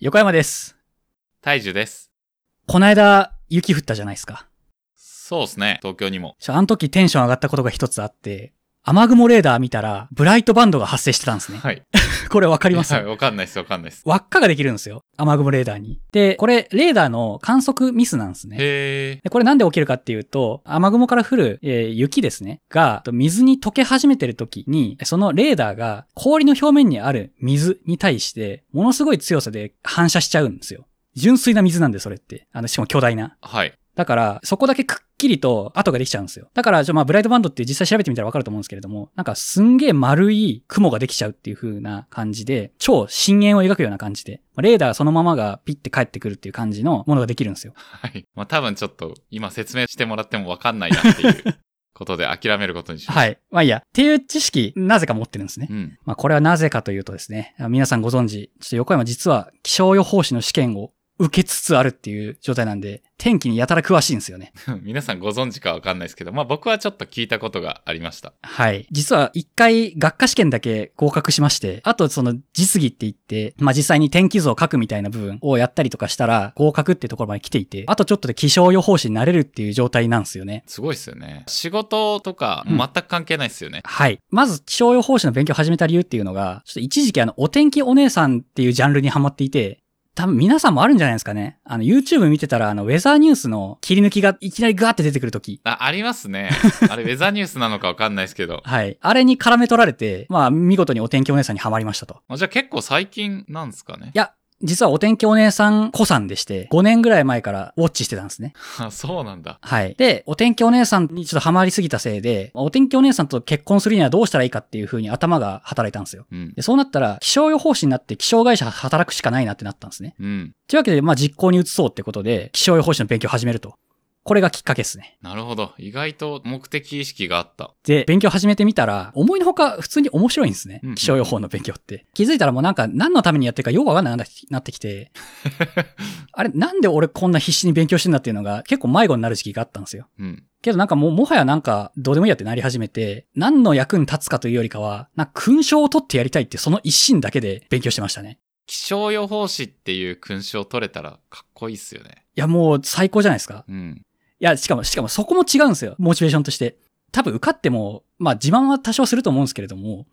横山です。大樹です。こないだ雪降ったじゃないですか。そうですね。東京にも。ちょあの時テンション上がったことが一つあって、雨雲レーダー見たら、ブライトバンドが発生してたんですね。はい。 これわかあります はい、わかんないです、わかんないです。輪っかができるんですよ。雨雲レーダーに。で、これ、レーダーの観測ミスなんですね。へでこれなんで起きるかっていうと、雨雲から降る、えー雪ですね、が、と水に溶け始めてる時に、そのレーダーが氷の表面にある水に対して、ものすごい強さで反射しちゃうんですよ。純粋な水なんで、それって。あの、しかも巨大な。ー。はい。だから、そこだけくっきりと跡ができちゃうんですよ。だから、ちょまあ、ブライトバンドって実際調べてみたらわかると思うんですけれども、なんかすんげえ丸い雲ができちゃうっていう風な感じで、超深淵を描くような感じで、まあレーダーそのままがピッて帰ってくるっていう感じのものができるんですよ。はい。まあ多分ちょっと今説明してもらってもわかんないなっていう ことで諦めることにします。はい。まあいいや。っていう知識、なぜか持ってるんですねう。ん。 まあこれはなぜかというとですね、あ皆さんご存知、ちょっと横山実は気象予報士の試験を受けつつあるっていう状態なんで、天気にやたら詳しいんですよね。皆さんご存知かわかんないですけど、まあ僕はちょっと聞いたことがありました。はい。実は一回学科試験だけ合格しまして、あとその実技って言って、まあ、実際に天気図を書くみたいな部分をやったりとかしたら合格ってところまで来ていて、あとちょっとで気象予報士になれるっていう状態なんですよね。すごいですよね。仕事とかうん全く関係ないですよね。はい。まず気象予報士の勉強を始めた理由っていうのが、ちょっと一時期あのお天気お姉さんっていうジャンルにハマっていて、多分皆さんもあるんじゃないですかね。あの YouTube 見てたらあのウェザーニュースの切り抜きがいきなりガーって出てくるとき、あ、ありま すね。あれ、ウェザーニュースなのかわかんないですけど。はい。あれに絡め取られて、まあ見事にお天気お姉さんにハマりましたと。あじゃあ結構最近なんですかねい。や、実はお天気お姉さん子さんでして、5年ぐらい前からウォッチしてたんですね。あ そうなんだ。はい。で、お天気お姉さんにちょっとハマりすぎたせいで、お天気お姉さんと結婚するにはどうしたらいいかっていう風に頭が働いたんですよ。うんで、。そうなったら、気象予報士になって気象会社働くしかないなってなったんですね。うん。というわけで、まあ実行に移そうってことで、気象予報士の勉強を始めると。これがきっかけですね。なるほど。意外と目的意識があった。で、勉強始めてみたら、思いのほか普通に面白いんですねうんうん。気象予報の勉強って。気づいたらもうなんか何のためにやってるかよくわかんなくなってき て、あれ、なんで俺こんな必死に勉強してんだっていうのが結構迷子になる時期があったんですよ。うん。けどなんかもう、もはやなんか、どうでもいいやってなり始めて、何の役に立つかというよりかは、なんか勲章を取ってやりたいってその一心だけで勉強してましたね。気象予報士っていう勲章取れたらかっこいいっすよね。いや、もう最高じゃないですか。うん。いや、しかも、しかもそこも違うんですよ。モチベーションとして。多分受かっても、まあ自慢は多少すると思うんですけれども、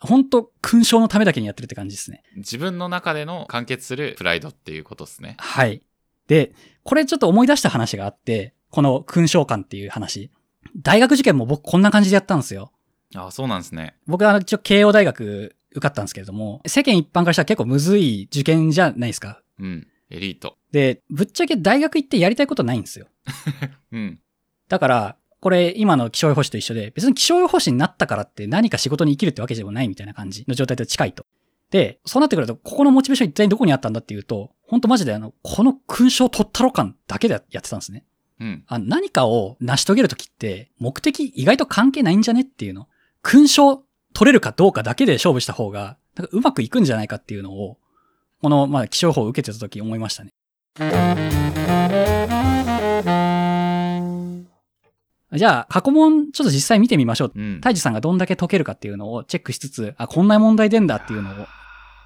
本当勲章のためだけにやってるって感じですね。自分の中での完結するプライドっていうことですね。はい。で、これちょっと思い出した話があって、この勲章感っていう話。大学受験も僕こんな感じでやったんですよ。あそうなんですね。僕はあの一応慶応大学受かったんですけれども、世間一般からしたら結構むずい受験じゃないですか。うん。エリート。で、ぶっちゃけ大学行ってやりたいことないんですよ。うん。だから、これ今の気象予報士と一緒で、別に気象予報士になったからって何か仕事に生きるってわけでもないみたいな感じの状態と近いと。で、そうなってくると、ここのモチベーション一体どこにあったんだっていうと、ほんとマジであの、この勲章取ったろ感だけでやってたんですね。うん。あ何かを成し遂げるときって、目的意外と関係ないんじゃねっていうの。勲章取れるかどうかだけで勝負した方が、なんかうまくいくんじゃないかっていうのを、この、まあ、気象予報を受けてたとき思いましたね。じゃあ、過去問、ちょっと実際見てみましょう。うん。タイジさんがどんだけ解けるかっていうのをチェックしつつ、あ、こんな問題出んだっていうのを、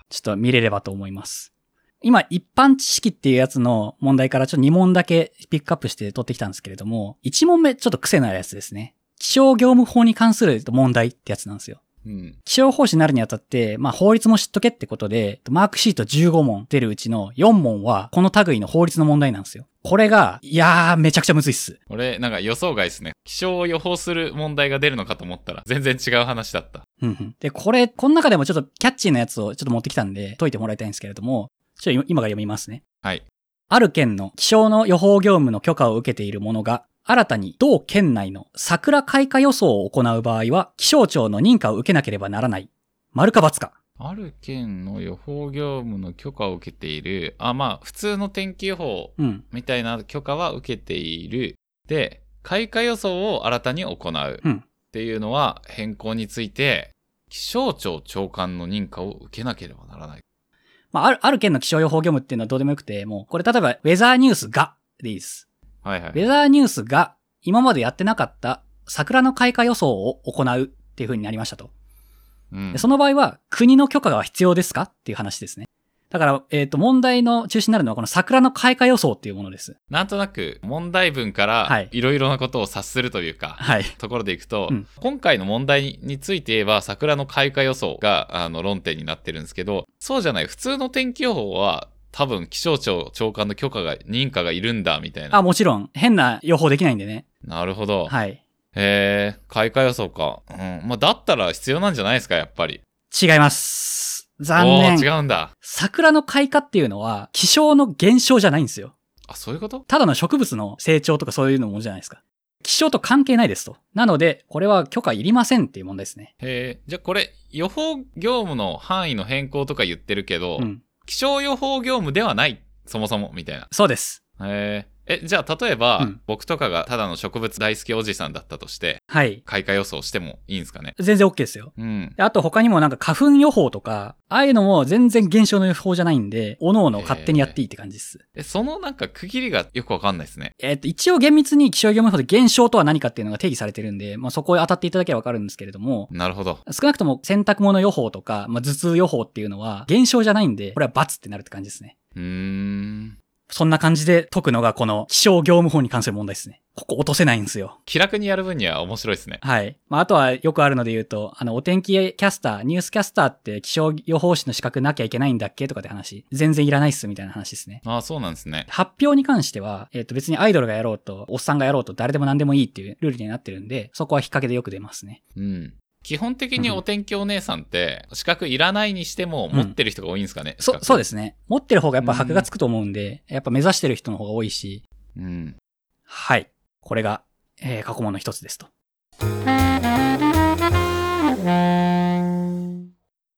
ちょっと見れればと思います。今、一般知識っていうやつの問題からちょっと2問だけピックアップして取ってきたんですけれども、1問目ちょっと癖のあるやつですね。気象業務法に関する問題ってやつなんですよ。うん。気象予報士になるにあたって、まあ法律も知っとけってことで、マークシート15問出るうちの4問は、この類の法律の問題なんですよ。これが、いやー、めちゃくちゃむずいっす。俺、なんか予想外ですね。気象を予報する問題が出るのかと思ったら、全然違う話だった。うんうんで、これ、この中でもちょっとキャッチーなやつをちょっと持ってきたんで、解いてもらいたいんですけれども、ちょっと今今から読みますね。はい。ある県の気象の予報業務の許可を受けている者が、新たに同県内の桜開花予想を行う場合は、気象庁の認可を受けなければならない。丸か×か。ある県の予報業務の許可を受けている。あ、まあ、普通の天気予報うん。みたいな許可は受けている。で、開花予想を新たに行う。うんっていうのは、変更について、気象庁長官の認可を受けなければならない。まあ、ある、ある県の気象予報業務っていうのはどうでもよくて、もう、これ例えば、ウェザーニュースがでいいです。はいはウェい。ザーニュースが今までやってなかった桜の開花予想を行うっていう風になりましたと。うんで、その場合は国の許可が必要ですかっていう話ですね。だから、えっ、と、問題の中心になるのはこの桜の開花予想っていうものです。なんとなく問題文かはらいいろいろなことを察するというか、 はい。ところでいくと、うん今回の問題について言えば桜の開花予想があの論点になってるんですけど、そうじゃない、普通の天気予報は多分気象庁長官の許可が、認可がいるんだみたいあ、な。もちろん、変な予報できないんでね。なるほど。はい。へえ、開花予想か。うん。まあ、だったら必要なんじゃないですか、やっぱり。違います。残おお念。違うんだ。桜の開花っていうのは、気象の現象じゃないんですよ。あ、そういうことただの植物の成長とかそういうのもじゃないですか。気象と関係ないですと。なので、これは許可いりませんっていう問題ですね。へえ、じゃあこれ、予報業務の範囲の変更とか言ってるけど、うん。気象予報業務ではない、そもそも、みたいな。そうです。へえ。え、じゃあ例えば、うん僕とかがただの植物大好きおじさんだったとして、はい。開花予想してもいいんですかね全然 OK ですよ。うん。であと他にもなんか花粉予報とか、ああいうのも全然現象の予報じゃないんで、おのおの勝手にやっていいって感じです。え、そのなんか区切りがよくわかんないですね。えっ、と、一応厳密に気象業務予報で現象とは何かっていうのが定義されてるんで、まあ、そこへ当たっていただけばわかるんですけれども、なるほど。少なくとも洗濯物予報とか、まあ、頭痛予報っていうのは現象じゃないんで、これは罰ってなるって感じですね。うーん。そんな感じで解くのがこの気象業務法に関する問題ですね。ここ落とせないんですよ。気楽にやる分には面白いですね。はい。まあ、あとはよくあるので言うと、あの、お天気キャスター、ニュースキャスターって気象予報士の資格なきゃいけないんだっけとかって話。全然いらないっすみたいな話ですね。ああ、そうなんですね。発表に関しては、えっ、と別にアイドルがやろうと、おっさんがやろうと、誰でも何でもいいっていうルールになってるんで、そこは引っ掛けでよく出ますね。うん。基本的にお天気お姉さんって、資格いらないにしてもうん持ってる人が多いんですかね、。そ、そうですすね。持ってる方がやっぱ箔がつくと思うんで、やっぱ目指してる人の方が多いし、うん。はい。これが、えー過去問の一つですと。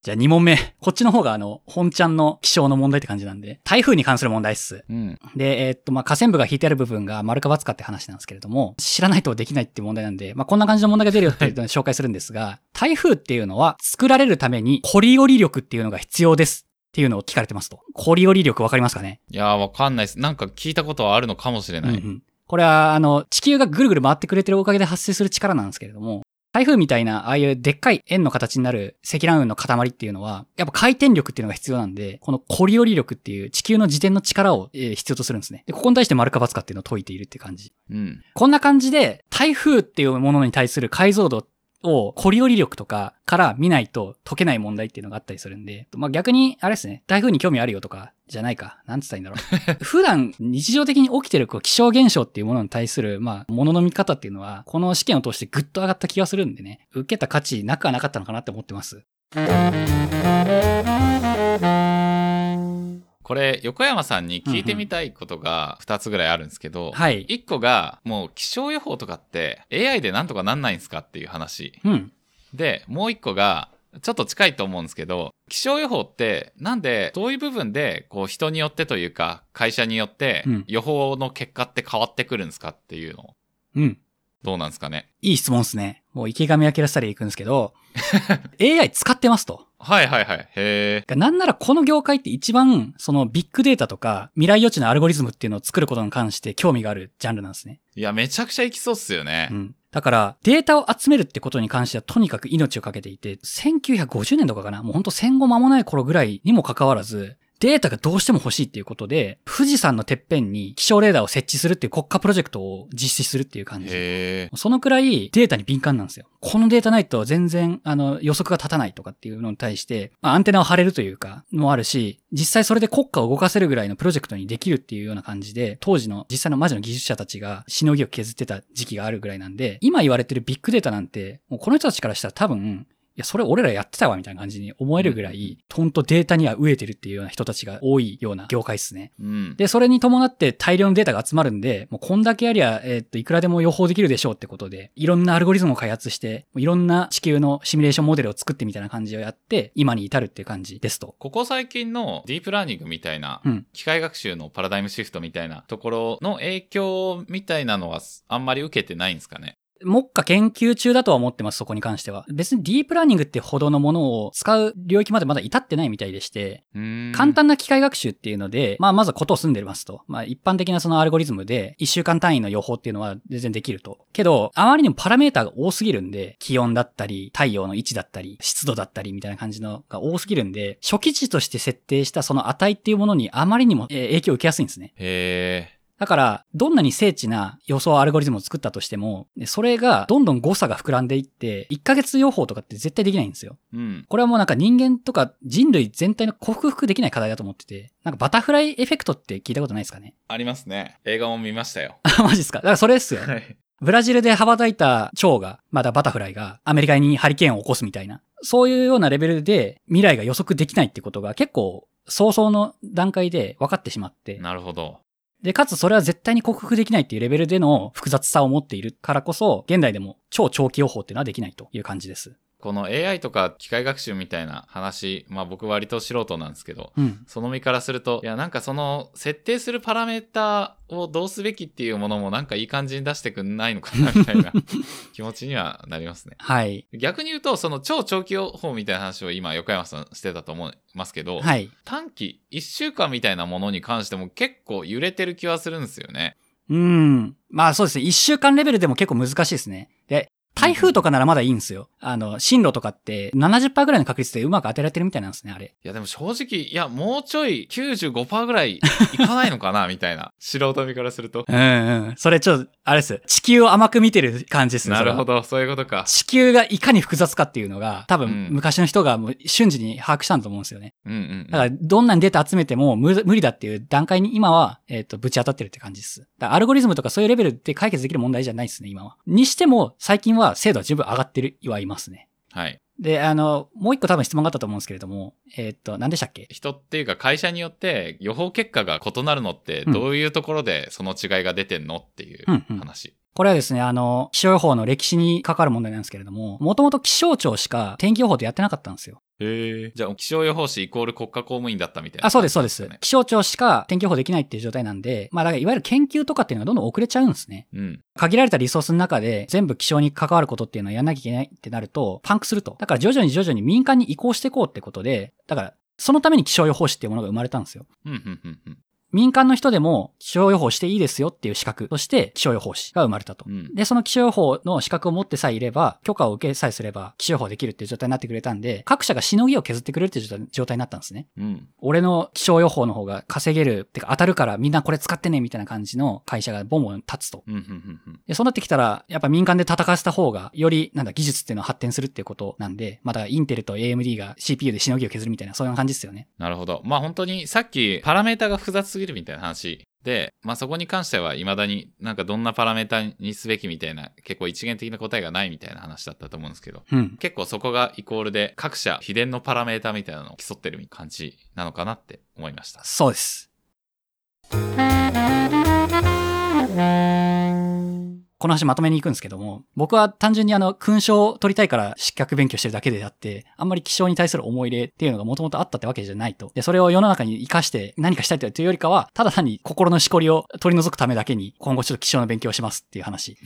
じゃあ2問目。こっちの方があの、本ちゃんの気象の問題って感じなんで、台風に関する問題っす。うん。で、えーっと、まあ、河川部が引いてある部分が丸か×かって話なんですけれども、知らないとできないって問題なんで、まあ、こんな感じの問題が出るよっていうのを紹介するんですが、台風っていうのは作られるためにコリオリ力っていうのが必要ですっていうのを聞かれてますと。コリオリ力わかりますかねいやー、わかんないです。なんか聞いたことはあるのかもしれない。うんうんこれは、あの、地球がぐるぐる回ってくれてるおかげで発生する力なんですけれども、台風みたいな、ああいうでっかい円の形になる積乱雲の塊っていうのは、やっぱ回転力っていうのが必要なんで、このコリオリ力っていう地球の自転の力を、えー必要とするんですね。で、ここに対して丸か×かっていうのを解いているって感じ。うん。こんな感じで、台風っていうものに対する解像度をコリオリ力とかから見ないと解けない問題っていうのがあったりするんで、まあ、逆に、あれですね、台風に興味あるよとか、じゃないか。なんつったらいいんだろう。普段日常的に起きてるこう気象現象っていうものに対する、まあ、ものの見方っていうのは、この試験を通してぐっと上がった気がするんでね、受けた価値なくはなかったのかなって思ってます。これ、横山さんに聞いてみたいことが2つぐらいあるんですけど、はい。 1個が、もう気象予報とかって AI でなんとかなんないんですかっていう話。うん。で、もう1個が、ちょっと近いと思うんですけど、気象予報って、なんで、どういう部分で、こう、人によってというか、会社によってうん、予報の結果って変わってくるんですかっていうの、うん。どうなんですかね。いい質問ですね。もう池上明スタイルで行くんですけど、AI 使ってますと。はいはいはい。へえ。なんならこの業界って一番、そのビッグデータとか未来予知のアルゴリズムっていうのを作ることに関して興味があるジャンルなんですね。いや、めちゃくちゃいきそうっすよねう。ん。だから、データを集めるってことに関してはとにかく命をかけていて、1950年とかかな、もうほんと戦後間もない頃ぐらいにもかかわらず、データがどうしても欲しいっていうことで、富士山のてっぺんに気象レーダーを設置するっていう国家プロジェクトを実施するっていう感じ。へえ。そのくらいデータに敏感なんですよ。このデータないと全然、あの、予測が立たないとかっていうのに対して、まあアンテナを張れるというか、もあるし、実際それで国家を動かせるぐらいのプロジェクトにできるっていうような感じで、当時の実際のマジの技術者たちがしのぎを削ってた時期があるぐらいなんで、今言われてるビッグデータなんて、もうこの人たちからしたら多分、いや、それ俺らやってたわ、みたいな感じに思えるぐらい、ほんとデータには飢えてるっていうような人たちが多いような業界ですね。うん。で、それに伴って大量のデータが集まるんで、もうこんだけありゃ、えーっと、いくらでも予報できるでしょうってことで、いろんなアルゴリズムを開発して、いろんな地球のシミュレーションモデルを作ってみたいな感じをやって、今に至るっていう感じですと。ここ最近のディープラーニングみたいな、うん機械学習のパラダイムシフトみたいなところの影響みたいなのはあんまり受けてないんですかね。目下研究中だとは思ってます、そこに関しては。別にディープラーニングってほどのものを使う領域までまだ至ってないみたいでして、うーん簡単な機械学習っていうので、まあまずことを済んでますと。まあ一般的なそのアルゴリズムで1週間単位の予報っていうのは全然できると。けど、あまりにもパラメーターが多すぎるんで、気温だったり、太陽の位置だったり、湿度だったりみたいな感じのが多すぎるんで、初期値として設定したその値っていうものにあまりにもえー影響を受けやすいんですね。へえ。だから、どんなに精緻な予想アルゴリズムを作ったとしても、それがどんどん誤差が膨らんでいって、1ヶ月予報とかって絶対できないんですよ。うん。これはもうなんか人間とか人類全体の克服できない課題だと思ってて、なんかバタフライエフェクトって聞いたことないですかね ありますね。映画も見ましたよ。マジですかだからそれですよ。はい。ブラジルで羽ばたいた蝶が、まだバタフライがアメリカにハリケーンを起こすみたいな、そういうようなレベルで未来が予測できないってことが結構早々の段階で分かってしまって、なるほど。で、かつそれは絶対に克服できないっていうレベルでの複雑さを持っているからこそ、現代でも超長期予報っていうのはできないという感じです。この AI とか機械学習みたいな話、まあ僕割と素人なんですけど、うん。その身からすると、いやなんかその設定するパラメータをどうすべきっていうものもなんかいい感じに出してくんないのかなみたいな気持ちにはなりますね。はい。逆に言うと、その超長期予報みたいな話を今横山さんしてたと思いますけど、はい。短期1週間みたいなものに関しても結構揺れてる気はするんですよね。うん。まあそうですね。一週間レベルでも結構難しいですね。で、台風とかならまだいいんですよ。あの、進路とかって70%ぐらいの確率でうまく当てられてるみたいなんですね、あれ。いやでも正直、いやもうちょい95%ぐらいいかないの かなみたいな。素人身からすると。うんうん。それちょっと、あれです。地球を甘く見てる感じですね。なるほど。ど、そういうことか。地球がいかに複雑かっていうのが、多うん分昔の人がもう瞬時に把握したんだと思うんですよね。うんうんだから、どんなにデータ集めても無無理だっていう段階に今は、えっ、と、ぶち当たってるって感じです。だからアルゴリズムとかそういうレベルで解決できる問題じゃないですね、今は。にしても、最近は精度は十分上がってる、はいますね。うん。はい。で、あの、もう一個多分質問があったと思うんですけれども、えっ、と、何でしたっけ人っていうか会社によって予報結果が異なるのってどういうところでその違いが出てんのっていううんうん話。これはですね、あの、気象予報の歴史に関わる問題なんですけれども、もともと気象庁しか天気予報ってやってなかったんですよ。へえ。じゃあ気象予報士イコール国家公務員だったみたいな。あ、そうです、そうですね。気象庁しか天気予報できないっていう状態なんで、まあ、だからいわゆる研究とかっていうのがどんどん遅れちゃうんですね。うん。限られたリソースの中で全部気象に関わることっていうのをやんなきゃいけないってなると、パンクすると。だから徐々に徐々に民間に移行していこうってことで、だからそのために気象予報士っていうものが生まれたんですよ。うんうんうんうん。民間の人でも気象予報していいですよっていう資格として気象予報士が生まれたとう。んで、その気象予報の資格を持ってさえいれば、許可を受けさえすれば気象予報できるっていう状態になってくれたんで、各社がしのぎを削ってくれるっていう状態状態になったんですね。うん。俺の気象予報の方が稼げる、てか当たるからみんなこれ使ってねみたいな感じの会社がボンボン立つと。うんうんうんうん。で、そうなってきたら、やっぱ民間で戦わせた方が、より、なんだ、技術っていうのは発展するっていうことなんで、まだインテルと AMD が CPU でしのぎを削るみたいな、そういう感じですよね。なるほど。まあ本当にさっきパラメータが複雑すぎるみたいな話で、まあそこに関しては未だになんかどんなパラメータにすべきみたいな結構一元的な答えがないみたいな話だったと思うんですけど、うん。結構そこがイコールで各社秘伝のパラメータみたいなのを競ってる感じなのかなって思いました。そうです。この話まとめに行くんですけども、僕は単純にあの、勲章を取りたいから失格勉強してるだけであって、あんまり気象に対する思い入れっていうのがもともとあったってわけじゃないと。で、それを世の中に活かして何かしたいというよりかは、ただ単に心のしこりを取り除くためだけに、今後ちょっと気象の勉強をしますっていう話。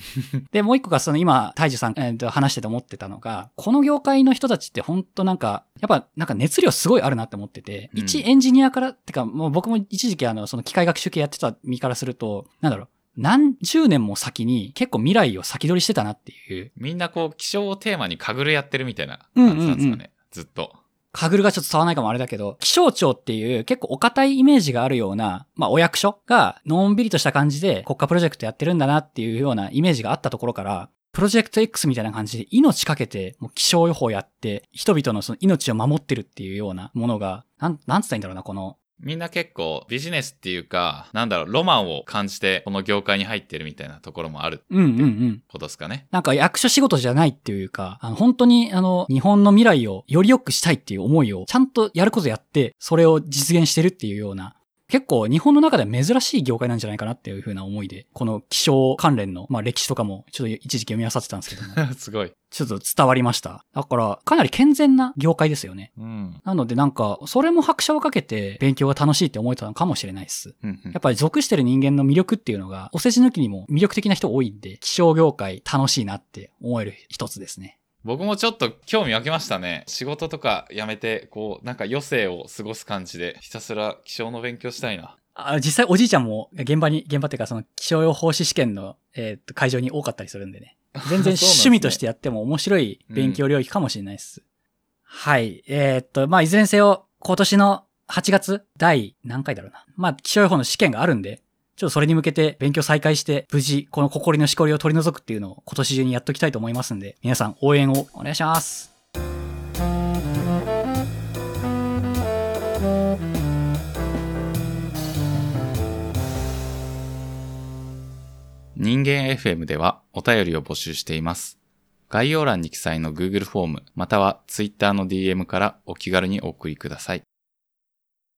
で、もう一個がその今、大樹さん、えーと話してて思ってたのが、この業界の人たちって本当なんか、やっぱなんか熱量すごいあるなって思ってて、うん一エンジニアから、てかもう僕も一時期あの、その機械学習系やってた身からすると、なんだろう、何十年も先に結構未来を先取りしてたなっていう、みんなこう気象をテーマにかぐるやってるみたいな感じなんですかね。うんうんうんずっと。かぐるがちょっと伝わらないかもあれだけど、気象庁っていう結構お堅いイメージがあるような、まあお役所がのんびりとした感じで国家プロジェクトやってるんだなっていうようなイメージがあったところから、プロジェクト X みたいな感じで命かけて、もう気象予報やって、人々のその命を守ってるっていうようなものが、なん、なんつったらいいんだろうな、この、みんな結構ビジネスっていうか、なんだろう、ロマンを感じてこの業界に入ってるみたいなところもあるうんうんうん。ことですかね。 なんか役所仕事じゃないっていうか、あの本当にあの、日本の未来をより良くしたいっていう思いをちゃんとやることやって、それを実現してるっていうような、結構日本の中では珍しい業界なんじゃないかなっていうふうな思いで、この気象関連の、まあ歴史とかもちょっと一時期読み漁ってたんですけども、 すごい。ちょっと伝わりました。だから、かなり健全な業界ですよね。うん。なのでなんか、それも拍車をかけて勉強が楽しいって思えたのかもしれないです。うんうんやっぱり属してる人間の魅力っていうのが、お世辞抜きにも魅力的な人多いんで、気象業界楽しいなって思える一つですね。僕もちょっと興味湧きましたね。仕事とか辞めて、こう、なんか余生を過ごす感じで、ひたすら気象の勉強したいな。あ実際おじいちゃんも現場に、現場っていうかその気象予報士試験の、えーっと会場に多かったりするんでね。全然 そうなんですね趣味としてやっても面白い勉強領域かもしれないです。はい。えーっと、まあ、いずれにせよ、今年の8月、第何回だろうな。まあ、気象予報の試験があるんで、ちょっとそれに向けて勉強再開して、無事、この心のしこりを取り除くっていうのを今年中にやっときたいと思いますんで、皆さん応援をお願いします。人間 FM ではお便りを募集しています。概要欄に記載の Google フォームまたは Twitter の DM からお気軽にお送りください。